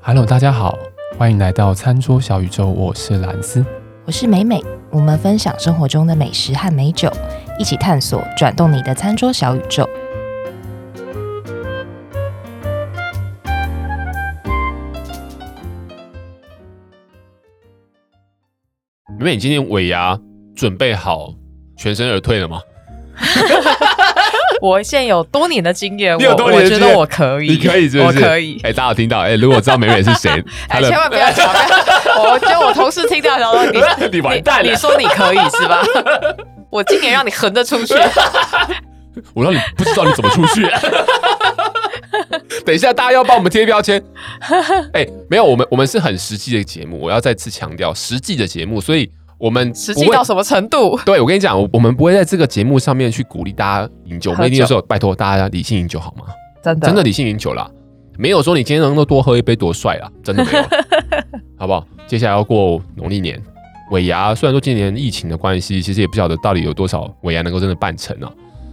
Hello，大家好，欢迎来到餐桌小宇宙，我是蓝斯。我是美美，我们分享生活中的美食和美酒，一起探索转动你的餐桌小宇宙。美美，你今天尾牙准备好全身而退了吗？我现在有多年的经验，你有我多年的我觉经得验我可以，你可以是不是？我可以。哎、大家有听到？哎、如果知道美美是谁， 她哎，的千万不要讲！我觉得我同事听到然后 你你完蛋了你，你说你可以是吧？ 我今年让你横 着出去，我让你不知道你怎么 出去。等一下，大家要帮我们贴标签。哎、没有，我们我们是很实际的节目，我要再次强调，实际的节目，所以我们实不际会到什么程度？对，我跟你讲，我我们不会在这个节目上面去鼓励大家饮酒，我们一定就喝是拜托大家理性饮酒好吗？真的真的理性饮酒啦，没有说你今天能够多喝一杯多帅啦，真 的没有，好不好？接下来要过农历年，尾牙虽然说今年疫情的关系，其实也不晓得到底有多少尾牙能够真的办成啊。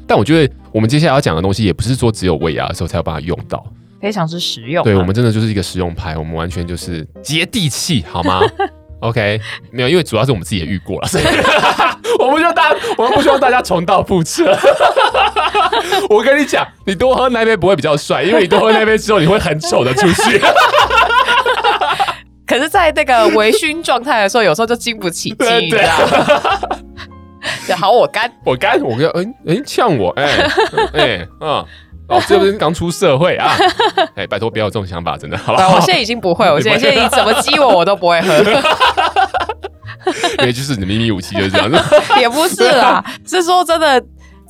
但我觉得我们接下来要讲的东西，也不是说只有尾牙的时候才有办法用到。非常之实用啊。对我们真的就是一个实用派，我们完全就是接地气，好 吗？OK，没有，因为主要是我们自己也遇过了，所以我们就大，我们不希望大家重蹈覆 辙。我跟你讲，你多喝那杯不会比较帅，因为你多喝那杯之后，你会很丑的出去。 可是，在那个微醺状态的时候，有时候就经不起激， 对你知道吗？ 就好我干，我刚，我跟，嗯、嗯，呛我，哎、 哎、嗯。哦，这不是刚出社会啊！哎、拜托不要有这种想法，真的，好不对我 好现？在已经不会，我现在现在你怎么激我，我都不会喝。 因为就是你的秘密武器就是这样子。 也不是啦，是说真的，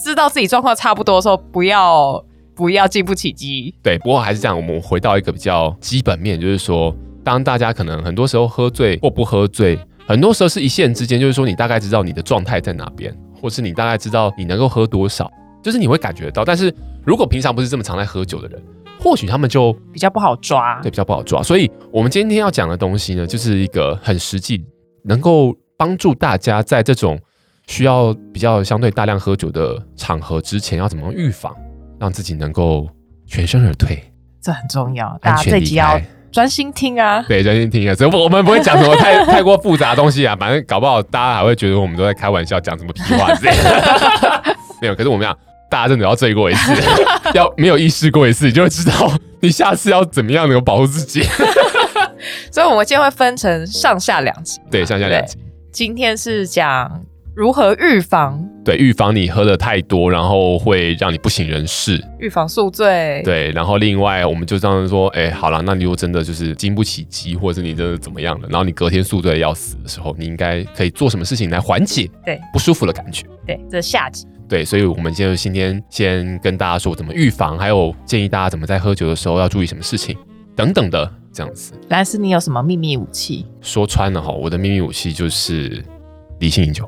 知道自己状况差不多的时候，不要不要经不起激。对，不过还是这样，我们回到一个比较基本面，就是说，当大家可能很多时候喝醉或不喝醉，很多时候是一线之间，就是说你大概知道你的状态在哪边，或是你大概知道你能够喝多少，就是你会感觉到。但是如果平常不是这么常在喝酒的人，或许他们就比较不好抓。对比较不好抓。所以我们今天要讲的东西呢，就是一个很实际，能够帮助大家在这种需要比较相对大量喝酒的场合之前，要怎么预防，让自己能够全身而退。这很重要，大安家全这离集要开。专心听啊。对，专心听啊，所以我我们不会讲什么 太太过复杂的东西啊，反正搞不好大家还会觉得我们都在开玩笑，讲什么屁话之类 的。没有，可是我们讲，大家真的要醉过一次，要没有意识过一次，你就会知道你下次要怎么样能够保护自 己。所以我们今天会分成上下两集。对，上下两集，今天是讲如何预防对，预防你喝的太多，然后会让你不省人事。预防宿醉。对，然后另外我们就这样说，哎、好了，那你如果真的就是经不起激，或者是你真的怎么样了，然后你隔天宿醉得要死的时候，你应该可以做什么事情来缓解对不舒服的感觉。对，这下集对，所以我们就今天先跟大家说怎么预防，还有建议大家怎么在喝酒的时候要注意什么事情等等的，这样子。兰斯，你有什么秘密武器？说穿了哈，我的秘密武器就是理性饮酒。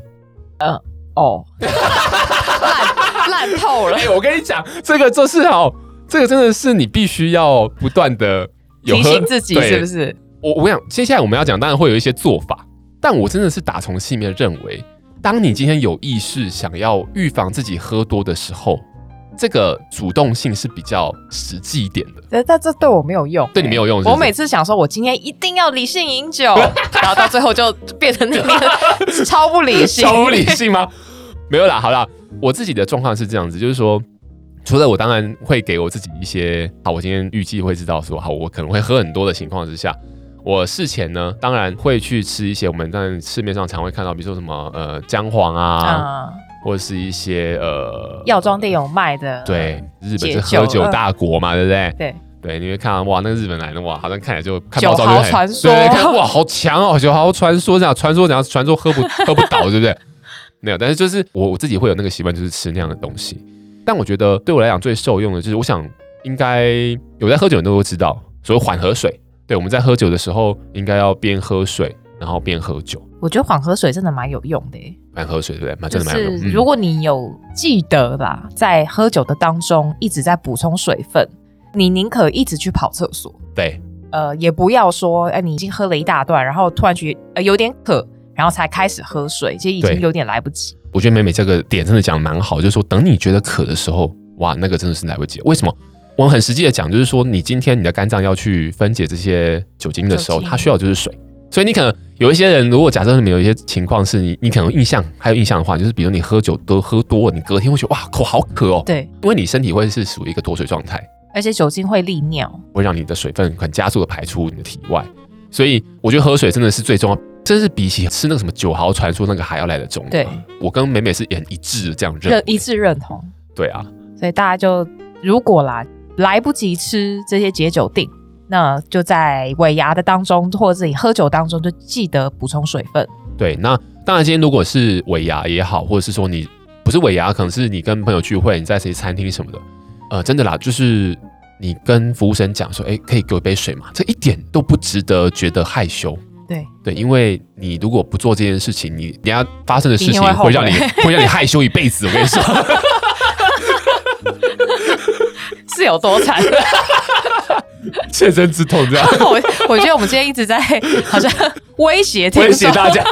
哦， 烂烂透了哎、。我跟你讲，这个就是好，这个真的是你必须要不断的提醒自己是是？不是？我我想接下来我们要讲，当然会有一些做法，但我真的是打从心里面认为，当你今天有意识想要预防自己喝多的时候，这个主动性是比较实际一点的。但但这对我没有用，欸对你没有用是不是我每次想说，我今天一定要理性饮酒，然后到最后就变成那 个超不理性，超不理性吗？没有啦，好啦，我自己的状况是这样子，就是说，除了我当然会给我自己一些，好，我今天预计会知道说，好，我可能会喝很多的情况之下，我事前呢，当然会去吃一些我们在市面上常会看到，比如说什么呃姜黄啊，啊。或者是一些呃药妆店有卖的，对，日本是呃解喝酒酒嗯大国嘛，对不对？对，对，你会看到哇，那个日本来的哇，好像看起来就看酒爆照就豪很传说对，看哇，好强哦，酒豪传说这样，传说怎样，传说喝不喝不倒，对不对？没有，但是就是我我自己会有那个习惯，就是吃那样的东西。但我觉得对我来讲最受用的就是，我想应该有在喝酒的人都会知道，所谓缓和水。对，我们在喝酒的时候，应该要边喝水，然后边喝酒，我觉得缓和水真的蛮有用的耶，边喝水，对不对？蛮就真的蛮有是用。嗯如果你有记得啦，在喝酒的当中一直在补充水分，你宁可一直去跑厕所，对呃，也不要说，哎、你已经喝了一大段，然后突然觉得呃有点渴，然后才开始喝水，其实已对经有点来不及。我觉得美美这个点真的讲得蛮好，就是说等你觉得渴的时候，哇，那个真的是来不及。为什么？我们很实际的讲，就是说，你今天你的肝脏要去分解这些酒精的时候，酒精它需要就是水。所以你可能有一些人，如果假设你们有一些情况是你，你可能印象还有印象的话，就是比如你喝酒都喝多了，你隔天会觉得哇口好渴哦，对，因为你身体会是属于一个脱水状态，而且酒精会利尿，会让你的水分很加速的排出你的体外。所以我觉得喝水真的是最重要，这是比起吃那个什么九豪传说那个还要来的重要。对，我跟美美是很一致的这样认认为，一致认同。对啊，所以大家就如果啦来不及吃这些解酒定，那就在尾牙的当中或者你喝酒当中，就记得补充水分。对，那当然，今天如果是尾牙也好，或者是说你不是尾牙，可能是你跟朋友聚会，你在谁餐厅什么的，呃，真的啦，就是你跟服务生讲说，哎，可以给我一杯水嘛，这一点都不值得觉得害羞。对对，因为你如果不做这件事情，你等一下发生的事今情天会后会悔让你会让你害羞一辈子。我跟你说， 是有多惨？切身之痛，这样 我我觉得我们今天一直在好像威胁听众威胁大 家。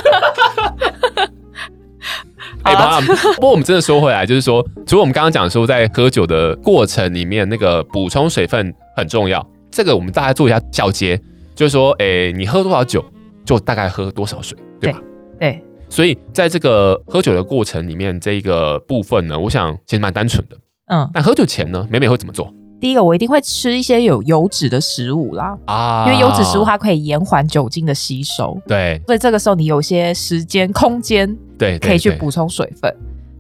哎，好啊爸，不过我们真的说回来，就是说，除了我们刚刚讲说，在喝酒的过程里面，那个补充水分很重要。这个我们大家做一下小结，就是说，哎，你喝多少酒，就大概喝多少水，对吧？对所以在这个喝酒的过程里面，这个部分呢，我想其实蛮单纯的。嗯，那喝酒前呢，美美会怎么做第一个我一定会吃一些有油脂的食物啦，啊因为油脂食物它可以延缓酒精的吸收，对所以这个时候你有一些时间空间对对可以去对补充水分。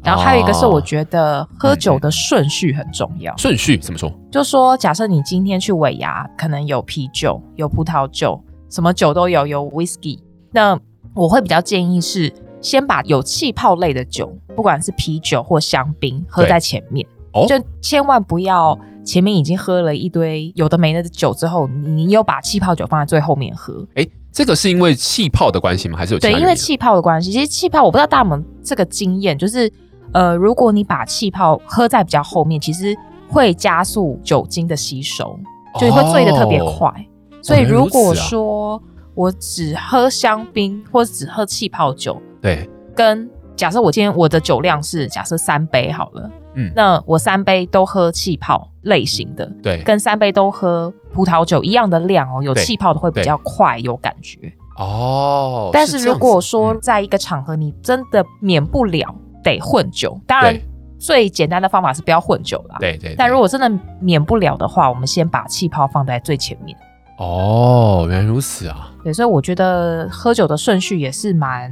然后还有一个是，哦嗯我觉得喝酒的顺序很重要。顺序怎么说？就说假设你今天去尾牙，可能有啤酒、有葡萄酒，什么酒都有，有 whisky。那我会比较建议是先把有气泡类的酒，不管是啤酒或香槟，喝对在前面。哦就千万不要前面已经喝了一堆有的没的酒之后，你你又把气泡酒放在最后面喝。哎，这个是因为气泡的关系吗？还是有其对，他因原为因气泡的关系，其实气泡我不知道大家有没有这个经验，就是呃，如果你把气泡喝在比较后面，其实会加速酒精的吸收，就你会醉得特别快。哦所以原来如如果此啊说、我只喝香槟或者只喝气泡酒，对跟假设我今天我的酒量是假设三杯好了，嗯那我三杯都喝气泡类型的，对跟三杯都喝葡萄酒一样的量哦，有对气泡的会比对较快有感觉。哦。但是是这样如子果说嗯在一个场合，你真的免不了得混酒，当然对最简单的方法是不要混酒啦。对对，但对如果真的免不了的话，我们先把气泡放在最前面。哦，原来如此啊！对，所以我觉得喝酒的顺序也是蛮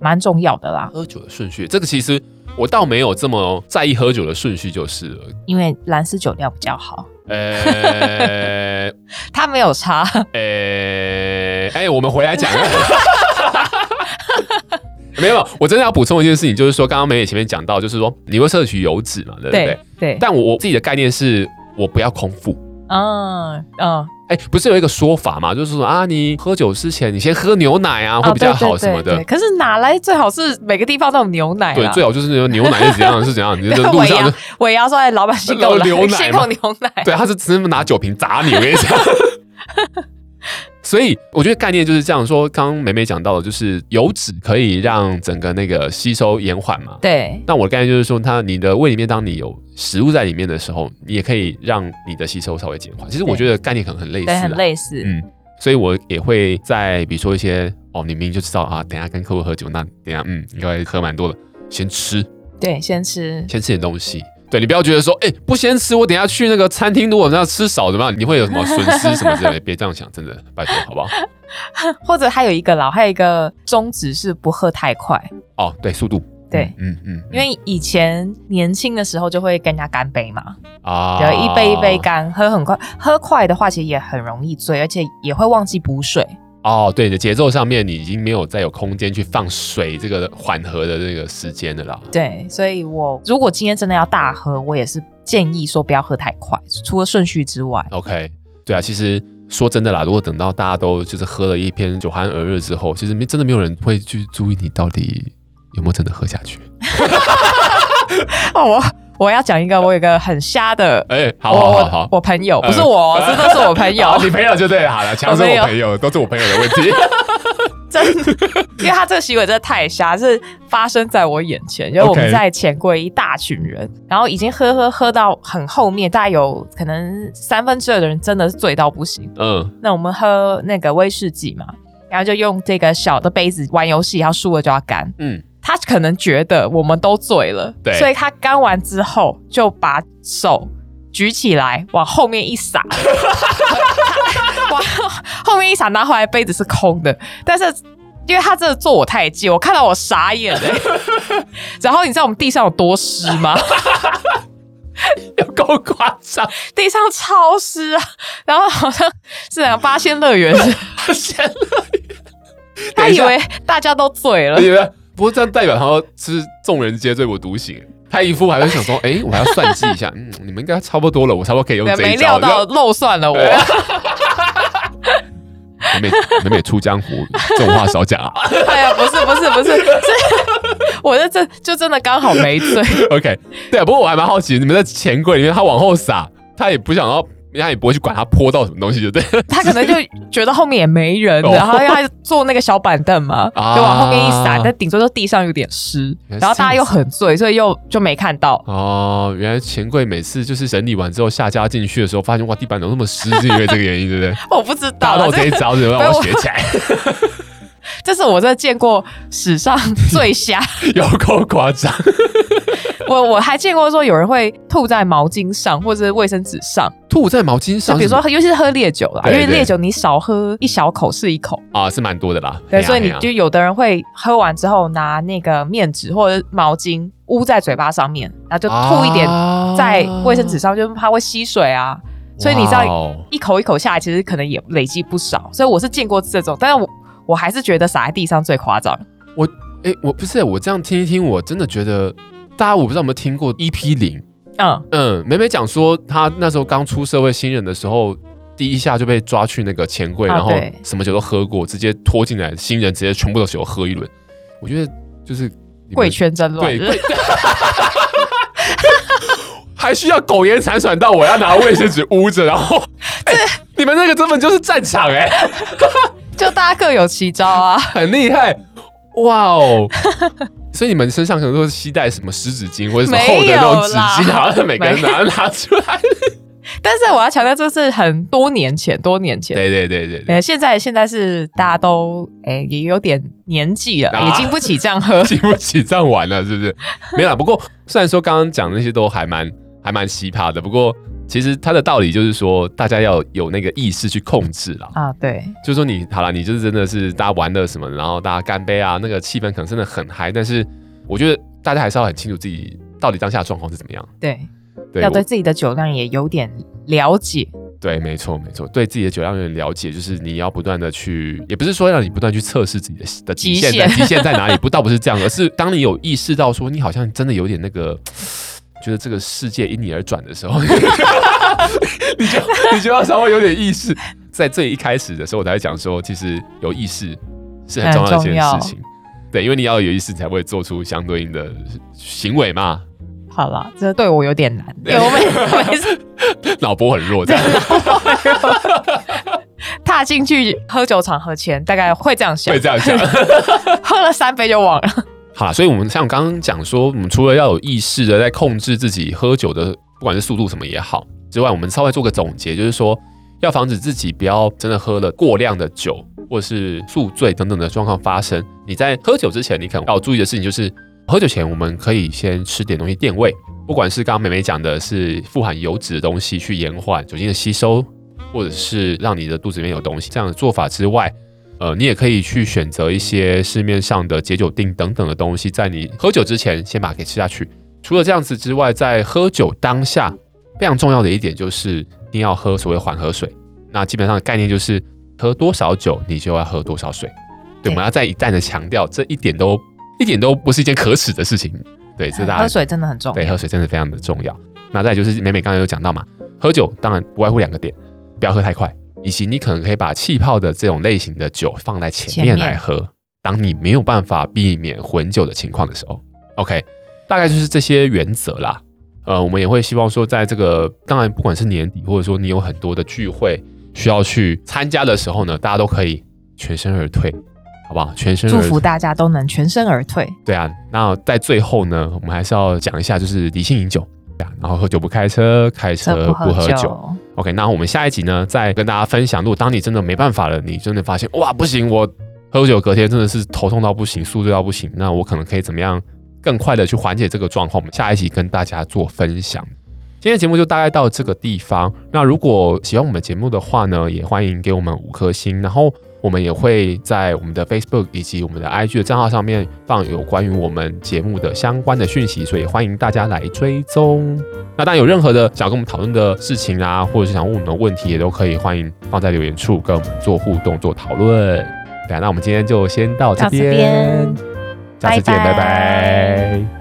蛮重要的啦，喝酒的顺序，这个其实我倒没有这么在意喝酒的顺序，就是了。因为蓝斯酒量比较好，呃他没有差。呃，哎，我们回来讲。没有，我真的要补充一件事情，就是说，刚刚美美前面讲到，就是说你会摄取油脂嘛，对不对？对对，但我我自己的概念是，我不要空腹。嗯嗯，哎，不是有一个说法嘛，就是说啊，你喝酒之前，你先喝牛奶啊，会哦比较对对好什么对的对。可是哪来最好是每个地方都有牛奶对啦，？最好就是牛牛奶是怎样是怎样，你 就路尾上牙就尾牙说哎老板辛苦了，牛奶辛嘛苦牛奶。对，他是直接拿酒瓶砸你，我跟你讲。 所以我觉得概念就是这样说，刚刚美美讲到的，就是油脂可以让整个那个吸收延缓嘛。对那我的概念就是说，它你的胃里面，当你有食物在里面的时候，你也可以让你的吸收稍微减缓。其实我觉得概念可能很类似，对，很。类似。嗯，所以我也会在比如说一些哦，你明明就知道啊，等一下跟客户喝酒，那等一下嗯，应该喝蛮多的，先吃，对，先吃。先吃点东西。对你不要觉得说，哎、不先吃，我等一下去那个餐厅，如果我们要吃少怎么样，你会有什么损失什么之类的，别这样想，真的，拜托，好不好？或者还有一个啦，还有一个宗旨是不喝太快。哦，对，速度，对，嗯嗯，嗯因为以前年轻的时候就会跟人家干杯嘛，啊然后一杯一杯干，喝很快，喝快的话其实也很容易醉，而且也会忘记补水。哦，对，你的节奏上面你已经没有再有空间去放水这个缓和的这个时间的啦。对，所以我如果今天真的要大喝，我也是建议说不要喝太快，除了顺序之外， OK，对啊，其实说真的啦，如果等到大家都就是喝了一篇酒酣耳热之后，其实没真的没有人会去注意你到底有没有真的喝下去。哦，我我要讲一个，我有一个很瞎的，哎、好好我好呃好我，我朋友不是我，这都是我朋友哦。你朋友就对了，好了，强我是没我有 朋友，都是我朋友的问题。真的， 因为他这个行为真的太瞎，是发生在我眼前。因为我 OK 们在钱柜一大群人，然后已经喝喝喝到很后面，大概有可能三分之二的人真的是醉到不行。嗯，那我们喝那个威士忌嘛，然后就用这个小的杯子玩游戏，然后输了就要干。嗯，他可能觉得我们都醉了，对所以他干完之后就把手举起来往后面 一撒，往后面一撒，拿回来杯子是空的，但是。因为他真的坐我太近，我看到我傻眼了、 然后你知道我们地上有多湿吗？有够夸张，地上超湿啊！然后好像是两八仙乐园似的，天他等 一以下为大家都 醉了而。且不过这样代表他是众人皆醉我独醒，他一副还在想 说，哎、我还要算计一下，嗯，你们应该差不多了，我差不多可以用对，这没一料招。到漏算了我。你们也你们也出江湖， 这种话少讲啊。 哎呀，不是不是不 是，是我这这就真的刚好没 醉。 OK，对啊，不过我还蛮好奇，你们在钱柜里面，他往后撒，他也不想要，他也不会去管他泼到什么东西，对不 对？他可能就觉得后面也没人，哦然后因为他坐那个小板凳嘛，啊就往后面一撒，但顶多就地上有点湿，原来是然后大家又很醉，所以又就没看到。哦，原来钱柜每次就是整理完之后下家进去的时候，发现哇，地板怎么那么湿，是因为这个原因，对不对？我不知道打啊，到这一这招，怎么让我学起来？这是我这见过史上最瞎。有够夸张！ 我我还见过说有人会吐在毛巾上或者是卫生纸上，吐在毛巾就上比是如什么，说尤其是喝烈酒啦，对因为对烈酒你少喝一小口是一口。啊，是蛮多的啦。对，嘿啊所以你嘿啊就有的人会喝完之后拿那个面纸或者毛巾捂在嘴巴上面，然后就吐一点啊在卫生纸上，就怕会吸水啊。所以你知哇道哦一口一口下来，其实可能也累积不少。所以我是见过这种，但是我 我还是觉得撒在地上最夸张。哎、我不是我这样听一听，我真的觉得大家我不知道有没有听过 EP 零，嗯，嗯，梅梅讲说她那时候刚出社会新人的时候，第一下就被抓去那个钱柜，啊然后对什么酒都喝过，直接拖进来，新人直接全部的酒喝一轮。我觉得就是你们贵圈真乱对，贵还需要苟延残喘到我要拿卫生纸捂着，然后，哎、你们那个根本就是战场哎、 就大家各有其招啊。 很厉害，哇哦！所以你们身上可能都是携带什么湿纸巾或者什么厚的那种纸没巾，有啦然后每个人拿拿出来。但是我要强调，这是很多年前，多年前。对对对对对，呃，现在现在是大家都诶、也有点年纪了，啊也经不起这样喝。经不起这样玩了，是不是？没有啦。不过虽然说刚刚讲的那些都还蛮还蛮奇葩的，不过其实它的道理就是说，大家要有那个意识去控制啦。啊，对，就是说你好了，你就是真的是大家玩的什么，然后大家干杯啊，那个气氛可能真的很嗨，但是我觉得大家还是要很清楚自己到底当下的状况是怎么样。对，对，要我对自己的酒量也有点了解。对，没错，没错，对自己的酒量有点了解，就是你要不断的去，也不是说让你不断地去测试自己的的极极限在限极限在哪里，不倒不是这样，而是当你有意识到说你好像真的有点那个，觉得这个世界因你而转的时候， 你就你就要稍微有点意识。在最一开始的时候，我才会讲说，其实有意识是很重要的一件事情。对，因为你要有意识，你才会做出相对应的行为嘛。好了，这对我有点难，对我每 每次脑波很弱，这样。踏进去喝酒场合前，大概会这样想会，这样想。喝了三杯就忘了。好啦，所以我们像刚刚讲说，我们除了要有意识的在控制自己喝酒的，不管是速度什么也好之外，我们稍微做个总结，就是说要防止自己不要真的喝了过量的酒或是宿醉等等的状况发生。你在喝酒之前，你可能要注意的事情就是，喝酒前我们可以先吃点东西垫胃，不管是刚刚美美讲的是富含油脂的东西去延缓酒精的吸收，或者是让你的肚子里面有东西这样的做法之外，呃，你也可以去选择一些市面上的解酒定等等的东西，在你喝酒之前先把它给吃下去。除了这样子之外，在喝酒当下非常重要的一点就是一定要喝所谓缓和水。那基本上的概念就是喝多少酒，你就要喝多少水。对对，我们要再一再的强调，这一点都一点都不是一件可耻的事情。对，这大家哦喝水真的很重对，要。喝水真的非常的重要。那再来就是美美刚才有讲到嘛，喝酒当然不外乎两个点，不要喝太快，以及你可能可以把气泡的这种类型的酒放在前面前面来喝。当你没有办法避免混酒的情况的时候，OK，大概就是这些原则啦。呃，我们也会希望说，在这个当然不管是年底，或者说你有很多的聚会需要去参加的时候呢，大家都可以全身而退，好不好？全身祝而福大家都能全身而退。对啊，那在最后呢，我们还是要讲一下，就是理性饮酒，对啊，然后喝酒不开车，开车不喝酒。OK，那我们下一集呢，再跟大家分享，如果当你真的没办法了，你真的发现哇不行，我喝酒隔天真的是头痛到不行，宿醉到不行，那我可能可以怎么样更快的去缓解这个状况？我们下一集跟大家做分享。今天的节目就大概到这个地方。那如果喜欢我们节目的话呢，也欢迎给我们五颗星。然后我们也会在我们的 Facebook 以及我们的 IG 的账号上面放有关于我们节目的相关的讯息，所以欢迎大家来追踪。那当然有任何的想跟我们讨论的事情啊，或者是想问我们的问题，也都可以欢迎放在留言处跟我们做互动、做讨论。对啊，那我们今天就先到这到这边边，下次见，拜拜拜拜